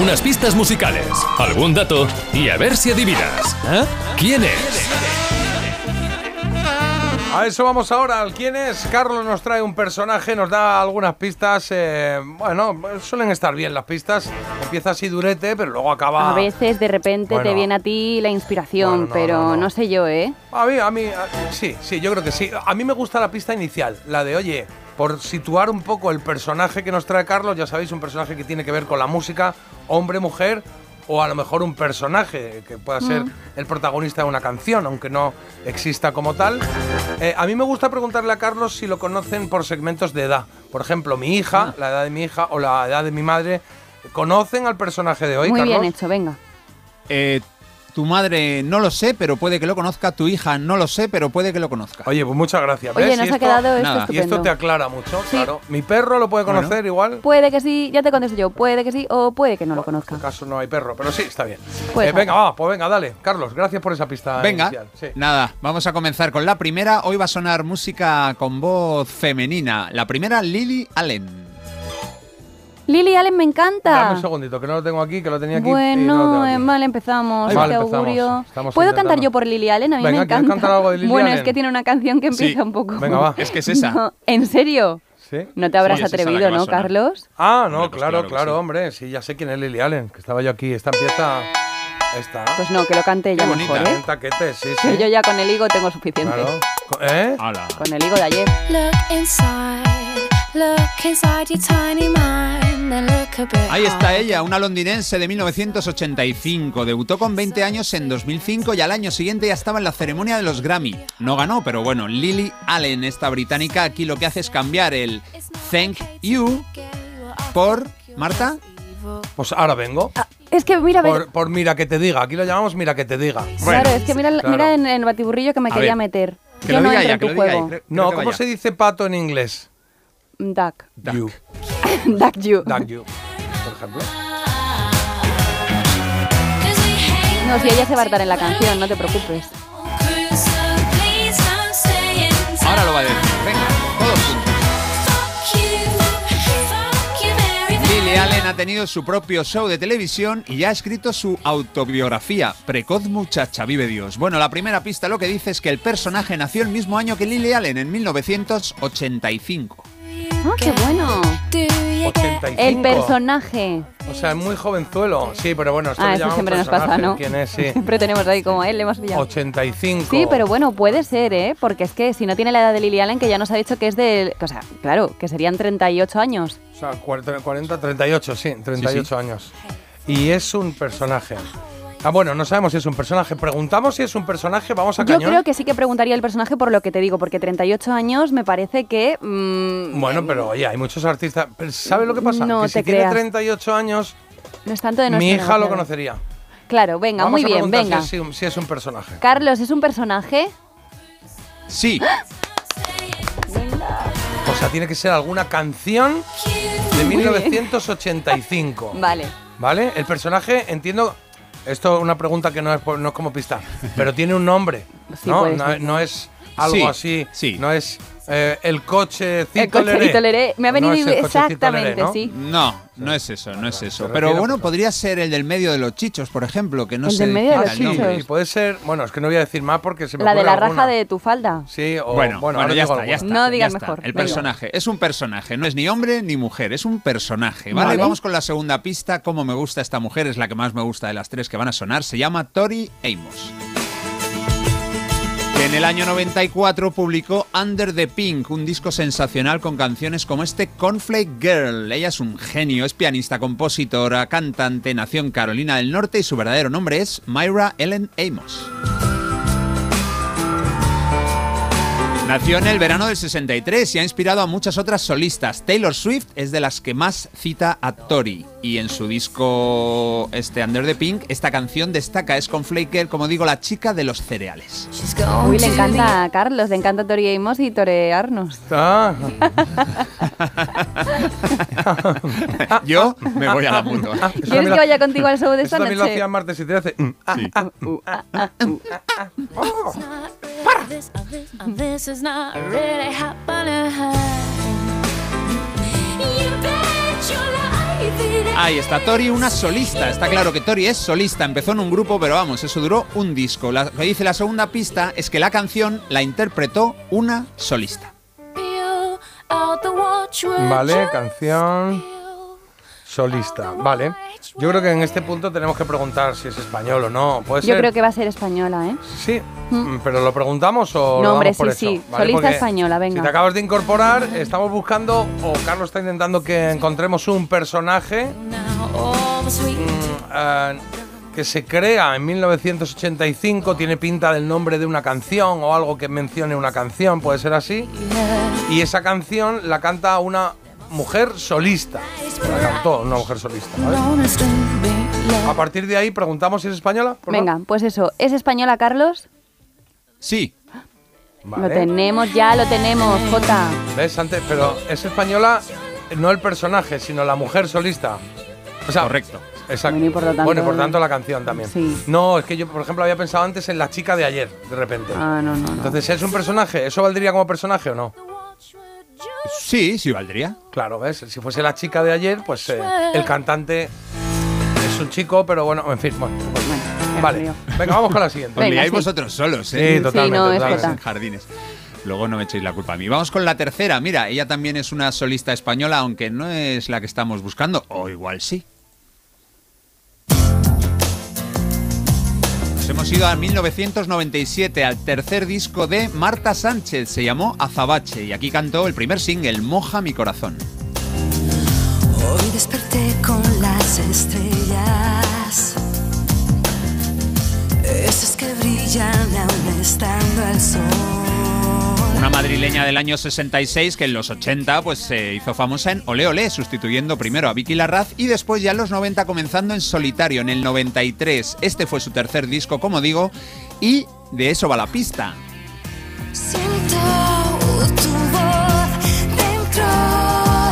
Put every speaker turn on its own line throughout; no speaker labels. unas pistas musicales, algún dato y a ver si adivinas. ¿Eh? ¿Quién es?
A eso vamos ahora. ¿Al ¿Quién es? Carlos nos trae un personaje, nos da algunas pistas. eh, bueno, suelen estar bien las pistas. Empieza así durete, pero luego acaba.
A veces de repente te
Bueno.
viene a ti la
Bueno,
inspiración,
no,
pero
no,
no,
no.
sé yo, ¿eh?
A mí, a mí, a- sí, sí, yo creo que sí. A mí me gusta la pista inicial, la de, oye, por situar un poco el personaje que nos trae Carlos, ya sabéis, un personaje que tiene que ver con la música, hombre, mujer, o a lo mejor un personaje que pueda ser el protagonista de una canción, aunque no exista como tal. Eh, a mí me gusta preguntarle a Carlos si lo conocen por segmentos de edad. Por ejemplo, mi
Ah.
hija, la edad de mi hija o la edad de mi madre, ¿conocen al personaje de hoy,
Muy
Carlos?
bien hecho, venga.
Eh, tu madre no lo sé, pero puede que lo conozca. Tu hija no lo sé, pero puede que lo conozca.
Oye, pues muchas gracias.
Oye,
¿Ves?
nos
Y
ha
esto-
quedado esto
nada.
Y esto
estupendo.
te aclara mucho,
Sí.
claro. Mi perro lo puede
Bueno.
conocer igual.
Puede que sí, ya te contesto yo, puede que sí o puede que no lo
En
conozca.
este caso no hay perro, pero sí, está bien.
Pues
Eh, venga,
nada.
va, pues venga, dale. Carlos, gracias por esa pista
Venga,
inicial. Sí.
nada, vamos a comenzar con la primera. Hoy va a sonar música con voz femenina. La primera, Lily Allen.
Lily Allen me encanta.
Dame un segundito, que no lo tengo aquí, que lo tenía aquí. y no lo tengo
Bueno,
aquí.
eh, mal empezamos,
Ahí va.
este
Mal empezamos.
augurio.
Estamos
¿Puedo
intentando.
cantar yo por Lily Allen? A mí
Venga,
me
¿quieres
encanta.
cantar algo de Lily
bueno,
Allen?
es que tiene una canción que empieza
Sí.
un poco.
Venga, va.
Es que es esa.
No, ¿En serio?
¿Sí?
No te habrás
Sí, es esa la
atrevido,
que va a
¿no,
sonar.
Carlos?
Ah, no,
Hombre, pues
claro,
claro
claro,
que sí.
hombre. Sí, ya sé quién es Lily Allen, que estaba yo aquí. Esta empieza. Esta.
Pues no, que lo cante ella
bonita,
mejor,
Un
¿eh?
taquete, sí,
Que
sí.
yo ya Ah. con el higo tengo suficiente.
Claro. Co- ¿Eh?
Hala.
Con el higo de ayer.
Look inside, look inside your tiny mind and look a bit.
Ahí está
hard.
ella, una londinense de 1985. Debutó con 20 años en 2005 y al año siguiente ya estaba en la ceremonia de los Grammy. No ganó, pero bueno, Lily Allen, esta británica, aquí lo que hace es cambiar el Thank You eh. por Marta.
Pues ahora vengo.
Ah, Es que mira, ve-
Por, por mira que te diga. Aquí lo llamamos mira que te diga.
claro, es que mira,
claro.
mira en el batiburrillo que me
A
quería
ver,
meter.
Que
yo
lo
no entro
diga ella,
en
que
tu
lo diga
juego.
ella. Creo- creo
No,
que
¿cómo
vaya.
se dice pato en inglés?
Duck.
You.
Duck you.
Duck you. Por ejemplo.
No, si ella se va a hartar en la canción, no te preocupes.
Ahora lo va a decir. Venga, todos juntos. Lily Allen ha tenido su propio show de televisión y ya ha escrito su autobiografía, Precoz Muchacha, vive Dios. Bueno, la primera pista lo que dice es que el personaje nació el mismo año que Lily Allen, en 1985.
Ah, qué bueno.
85.
El personaje.
O sea, es muy jovenzuelo. Sí, pero bueno, esto
Ah,
lo
eso
llamamos
siempre nos
personaje.
pasa, ¿no?
¿Quién es? Sí.
Siempre tenemos ahí como él, le hemos pillado.
85.
Sí, pero bueno, puede ser, ¿eh? Porque es que si no tiene la edad de Lily Allen, que ya nos ha dicho que es de... O sea, claro, que serían 38 años.
O sea, cuarenta- 40, 38, sí, 38
Sí, sí.
años. Y es un personaje. Ah, bueno, no sabemos si es un personaje. Preguntamos si es un personaje, vamos a
Yo
cañón.
creo que sí que preguntaría el personaje por lo que te digo, porque 38 años me parece que... mm,
Bueno, pero oye, hay muchos artistas. Pero ¿Sabes lo que pasa?
No
que si
te
tiene
creas.
38 años,
no es tanto
mi
de nuestro
hija lo
negociado.
conocería.
Claro, venga,
vamos
muy
a
bien,
preguntar si
venga.
es- Si, si es un personaje.
Carlos, ¿es un personaje?
Sí,
O sea, tiene que ser alguna canción de 1985.
Vale.
¿Vale? El personaje, entiendo. Esto es una pregunta que no es, por- no es como pista, pero tiene un nombre.
Sí,
¿no?
puede
No,
ser.
no es algo
Sí,
así.
sí.
No es eh, el coche
El cocherito leré. Me ha venido exactamente, sí.
no, no es eso, no es eso.
se
Pero
refiere-
bueno, podría ser el del medio de los chichos, por ejemplo, que no
El
se
del medio de
cita
los
el nombre.
chichos.
Y puede ser. Bueno, es que no voy a decir más porque se me
La de
ocurre
la
alguna.
raja de tu falda.
Sí, o. Bueno,
Bueno, bueno,
ahora
ya,
digo
está, ya
alguna.
está.
No
ya
digas
está.
mejor,
El
venga.
personaje es un personaje, no es ni hombre ni mujer, es un personaje. Vale,
Vale.
vamos con la segunda pista. Cómo me gusta esta mujer, es la que más me gusta de las tres que van a sonar. Se llama Tori Amos. Que en el año 94 publicó Under the Pink, un disco sensacional con canciones como este Conflate Girl. Ella es un genio, es pianista, compositora, cantante, nació en Carolina del Norte y su verdadero nombre es Myra Ellen Amos. Nació en el verano del 63 y ha inspirado a muchas otras solistas. Taylor Swift es de las que más cita a Tori. Y en su disco este Under the Pink, esta canción destaca, es con Flaker, como digo, la chica de los cereales.
Uy, le encanta a Carlos, le encanta torearnos y torearnos.
Ah,
Yo me voy a la mutua.
Ah, eso
¿Quieres
también
que
lo-
vaya contigo al show de
Eso
esta
también lo
noche?
hacía martes y te hace. mm, ah,
Uh, ah, ah, uh.
uh, This is not really happening. You bet your life
Ahí está Tori, una solista. Está claro que Tori es solista. Empezó en un grupo, pero vamos, eso duró un disco. La- Lo que dice la segunda pista es que la canción la interpretó una solista.
Vale, canción solista. Vale. Yo creo que en este punto tenemos que preguntar si es español o no. Puede
Yo
ser.
creo que va a ser española, ¿eh?
Sí, mm, pero ¿lo preguntamos o
No,
lo
hombre,
damos por
sí,
eso?
sí. Solista
Porque
española, venga.
Si te acabas de incorporar, estamos buscando, o Carlos está intentando que encontremos un personaje eh, que se crea en 1985, tiene pinta del nombre de una canción o algo que mencione una canción, puede ser así. Y esa canción la canta una mujer solista. La cantó una mujer solista, ¿vale? A partir de ahí preguntamos si es española. por favor.
Venga, pues eso. ¿Es española, Carlos?
Sí,
Vale.
Lo tenemos ya, lo tenemos, Jota.
¿Ves? Antes, pero es española no el personaje, sino la mujer solista. O sea,
correcto.
Exacto.
Bueno, y por lo tanto-
Bueno, y por tanto la canción también.
Sí.
No, es que yo, por ejemplo, había pensado antes en la chica de ayer, de repente.
Ah, no, no, no.
Entonces, ¿es un personaje? ¿Eso valdría como personaje o no?
Sí, sí valdría.
Claro, ¿ves? Si fuese la chica de ayer, pues eh, el cantante es un chico, pero bueno, en fin. Bueno, pues,
Bueno, me
vale.
río.
Venga, vamos con la siguiente.
Os
Venga,
liáis
sí.
vosotros solos,
Sí,
¿eh?
totalmente.
no, es
totalmente.
verdad.
en jardines. Luego no me echéis la culpa a mí. Vamos con la tercera. Mira, ella también es una solista española, aunque no es la que estamos buscando. O igual sí. Nos hemos ido a 1997, al tercer disco de Marta Sánchez. Se llamó Azabache y aquí cantó el primer single, Moja mi corazón.
Hoy desperté con las estrellas, esas que brillan aún estando al sol.
Una madrileña del año 66 que en los 80 pues se hizo famosa en Ole Ole, sustituyendo primero a Vicky Larraz y después ya en los 90 comenzando en solitario en el 93. Este fue su tercer disco, como digo, y de eso va la pista.
Siento tu voz dentro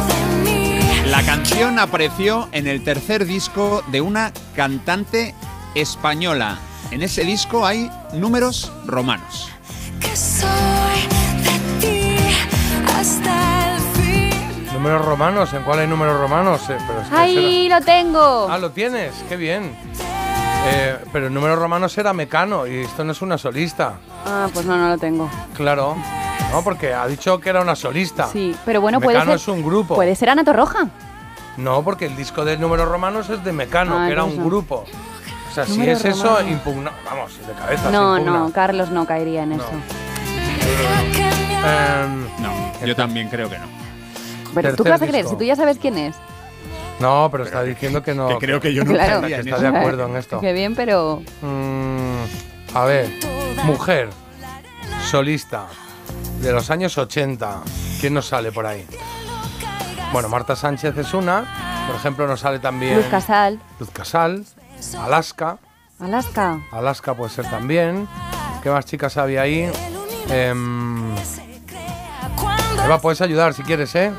de mí.
La canción apareció en el tercer disco de una cantante española. En ese disco hay números romanos.
Que soy de ti hasta el fin.
Números romanos, ¿en cuál hay números romanos? Eh, pero es que será-
¡Ahí lo tengo!
Ah, lo tienes, qué bien. Eh, pero el número romano será Mecano y esto no es una solista.
Ah, pues no, no lo tengo.
Claro, no, porque ha dicho que era una solista.
Sí, pero bueno, puede
Ah. Mecano
ser.
es un grupo.
Puede ser Ana Torroja.
No, porque el disco de números romanos es de Mecano,
Ah,
que era
entonces
un
no.
grupo. O sea, si
Números
es eso,
romanos.
impugna. Vamos, de cabeza.
No,
se impugna.
no, Carlos no caería en eso.
Eh. Em,
No, yo también creo que no.
Pero tú
Tercer
qué vas a creer,
disco.
si tú ya sabes quién es.
no, pero está diciendo que no.
Que creo que yo no
Claro.
caería en
Está
eso.
de acuerdo en esto.
Qué bien, pero.
Mm, a ver, mujer, solista, de los años 80. ¿Quién nos sale por ahí? Bueno, Marta Sánchez es una. Por ejemplo, nos sale también
Luz Casal,
Luz Casal, Alaska.
Alaska.
Alaska puede ser también. ¿Qué más chicas había ahí? Em, Eva, puedes ayudar si quieres, ¿eh?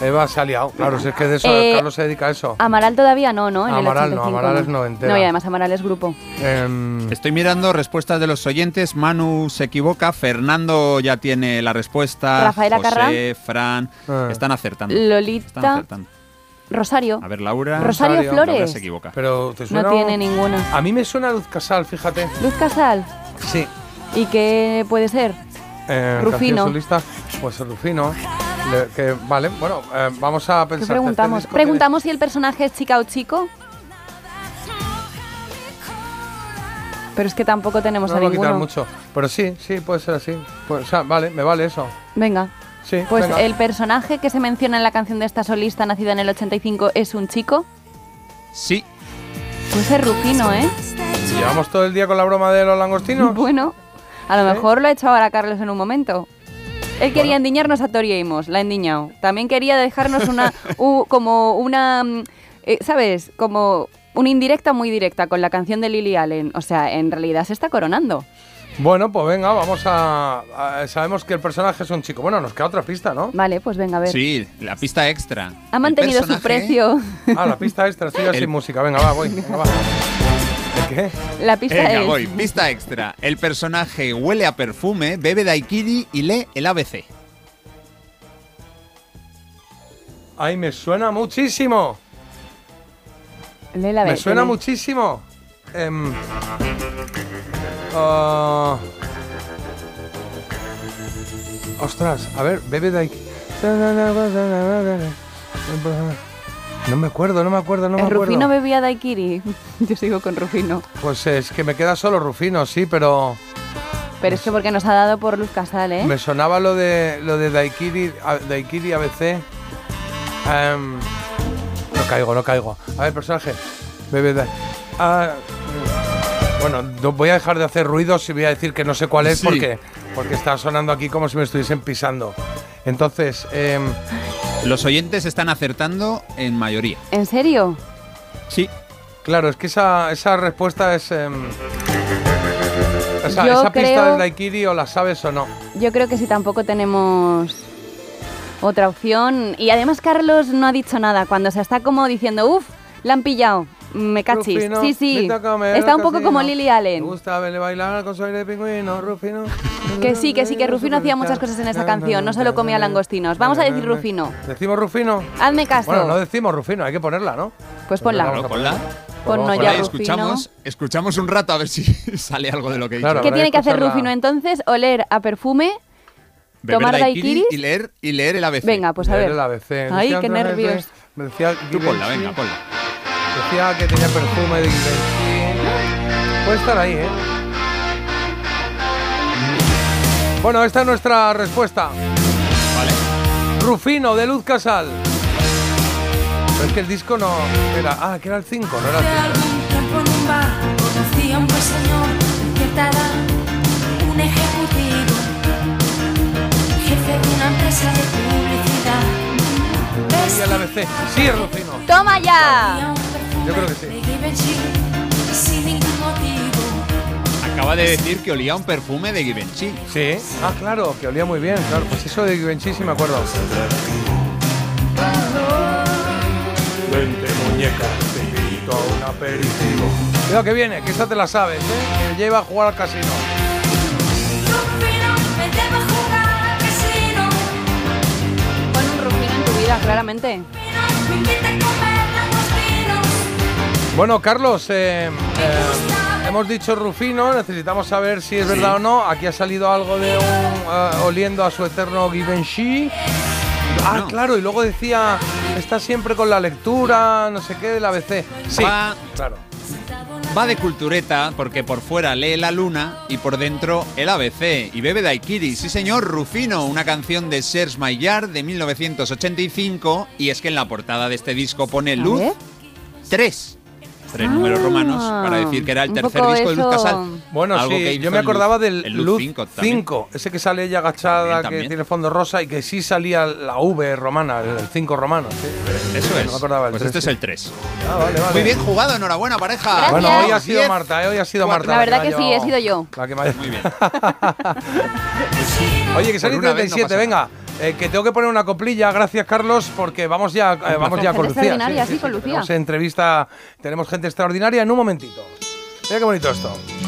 Eva se ha liado. Claro, si es que de eso
Eh,
Carlos se dedica a eso.
Amaral todavía no, ¿no? En
Amaral
el
no,
85,
Amaral es noventera.
No, y además Amaral es grupo.
Em,
Estoy mirando respuestas de los oyentes. Manu se equivoca. Fernando ya tiene la respuesta.
Rafael Acarrá.
José, Fran.
Ah.
Están acertando. Están
Lolita,
acertando.
Rosario.
A ver, Laura.
Rosario,
Rosario,
Laura
Flores.
se equivoca.
pero ¿te
No
suena?
tiene ninguna.
A mí me suena Luz Casal, fíjate.
Luz Casal.
Sí.
¿Y qué puede ser?
Eh,
Rufino.
canción solista, pues Rufino. Le- que, vale, bueno, eh, vamos a
¿Qué
pensar.
preguntamos?
Tercer disco tiene-
¿Preguntamos si el personaje es chica o chico? Pero es que tampoco tenemos
No
a
lo voy a quitar
ninguno.
mucho. Pero sí, sí, puede ser así. Pues, o sea, vale, me vale eso.
Venga.
Sí,
Pues
venga.
el personaje que se menciona en la canción de esta solista nacida en el 85 es un chico.
Sí.
Puede ser Rufino, ¿eh?
¿Llevamos todo el día con la broma de los langostinos?
Bueno, a lo mejor lo ha hecho ahora Carlos en un momento. Él quería endiñarnos a Tori Amos, la ha endiñado. También quería dejarnos una, u- como una, mm, eh, ¿sabes? Como una indirecta muy directa con la canción de Lily Allen. O sea, en realidad se está coronando.
Bueno, pues venga, vamos a, a- Sabemos que el personaje es un chico. Bueno, nos queda otra pista, ¿no?
Vale, pues venga, a ver.
Sí, la pista extra.
Ha
El
mantenido su
personaje- ¿eh?
precio.
Ah, la pista extra, estoy yo
El-
sin música. Venga, va, voy. Venga, va. ¿De qué?
La pista
Venga,
es...
voy. Pista extra. El personaje huele a perfume, bebe daiquiri y lee el ABC.
Ay, me suena muchísimo.
Lee la
me
vez,
suena
lee.
muchísimo. Em, ah, ostras, a ver, bebe de ahí. No me acuerdo, no me acuerdo, no me
Eh,
acuerdo.
Rufino bebía daiquiri. Yo sigo con Rufino.
Pues es que me queda solo Rufino, sí, pero
Pero es que porque nos ha dado por Luz Casal, ¿eh?
me sonaba lo de lo de Daikiri, a- Daikiri ABC. Em, no caigo, no caigo. A ver, personaje. Bebe da- Ah, bueno, no voy a dejar de hacer ruidos y voy a decir que no sé cuál es
Sí.
porque, porque está sonando aquí como si me estuviesen pisando. Entonces, em,
Los oyentes están acertando en mayoría.
¿En serio?
Sí.
claro, es que esa, esa respuesta es. em, esa
Yo
esa pista
creo-
del Daikiri o la sabes o no.
Yo creo que si tampoco tenemos otra opción. Y además Carlos no ha dicho nada cuando se está como diciendo, uff, la han pillado. Me cachis.
Rufino,
sí, sí.
vete a comer
Está
al
un poco
casino.
como Lily Allen.
Me gusta verle bailar con su aire de pingüino, Rufino.
Que sí, que sí, que Rufino hacía muchas cosas en esa canción, no solo comía langostinos. Vamos a decir Rufino.
¿Decimos Rufino?
Hazme caso.
Bueno, no decimos Rufino, hay que ponerla, ¿no?
Pues ponla.
Vamos
Claro,
a
ponla.
ponerla. Vamos a
Ponnos ya
Ponla y
ponerla.
Rufino.
escuchamos, escuchamos un rato a ver si sale algo de lo que he dicho.
Claro.
¿Qué
habrá
tiene
que
que hacer
escucharla.
Rufino entonces? Oler a perfume.
Beber
tomar daiquiris.
y leer, y leer el ABC.
Venga, pues a
Leer
ver.
el ABC.
Ay,
Decía
qué
otra vez,
nervios.
Me decía
Tú ponla,
Givenchy,
venga, ponla.
Decía que tenía perfume de Givenchy. Puede estar ahí, ¿eh? Bueno, esta es nuestra respuesta.
Vale.
Rufino de Luz Casal. Pero es que el disco no era. Ah, que era el 5, no era el
Hace algún Este tiempo en un bar conocí a un buen señor que estaba un ejecutivo, jefe de una empresa de publicidad. Este
cinco. Y el ABC. Sí, es Rufino.
¡Toma ya!
Yo
Yo
creo que sí.
Sin ningún motivo.
Acaba de decir que olía un perfume de Givenchy.
Sí. Ah, claro, que olía muy bien. Claro, pues eso de Givenchy sí me acuerdo. Vente, muñeca, te invito a un aperitivo. Cuidado que viene, que esta te la sabes, ¿eh? Que lleva a jugar al casino.
Rufino, vente pa' jugar al casino.
Pon un Rufino en tu vida, claramente.
Rufino, me invita a comer langostinos.
Bueno, Carlos, eh, eh, hemos dicho Rufino, necesitamos saber si es verdad o no. Aquí ha salido algo de un eh, oliendo a su eterno Givenchy. Ah,
No.
claro, y luego decía, está siempre con la lectura, no sé qué, del ABC. Sí,
Va,
claro.
va de cultureta porque por fuera lee la luna y por dentro el ABC. Y bebe daiquiri. Sí, señor, Rufino, una canción de Serge Maillard de 1985. Y es que en la portada de este disco pone
A
luz
ver.
3. Tres
Ah,
números romanos para decir que era el
un
tercer
poco
disco de Luz
eso.
Casal.
Bueno,
Algo que
sí,
hizo
yo me
en Luz-
acordaba del
en
Luz
cinco
5,
también.
ese que sale ella agachada,
También, también.
que tiene fondo rosa y que sí salía la V romana, el 5 romano. sí.
Eso es.
No me acordaba del
pues
tres,
este es
sí.
el 3.
Ah, vale, vale.
Muy bien jugado, enhorabuena, pareja.
Gracias.
Bueno, hoy ha sido
Diez.
Marta, eh, hoy ha sido
Cuatro.
Marta.
La
me
verdad
ha
que sí,
llevado-
he sido yo.
la que me ha-
Muy bien.
Oye, que son
Por una vez no
37,
pasa
venga. Eh, que tengo que poner una coplilla, gracias Carlos, porque vamos ya, eh, vamos ya con Lucía.
Gente extraordinaria, sí, con
que
Lucía.
Tenemos entrevista, tenemos gente extraordinaria en un momentito. Mira qué bonito esto.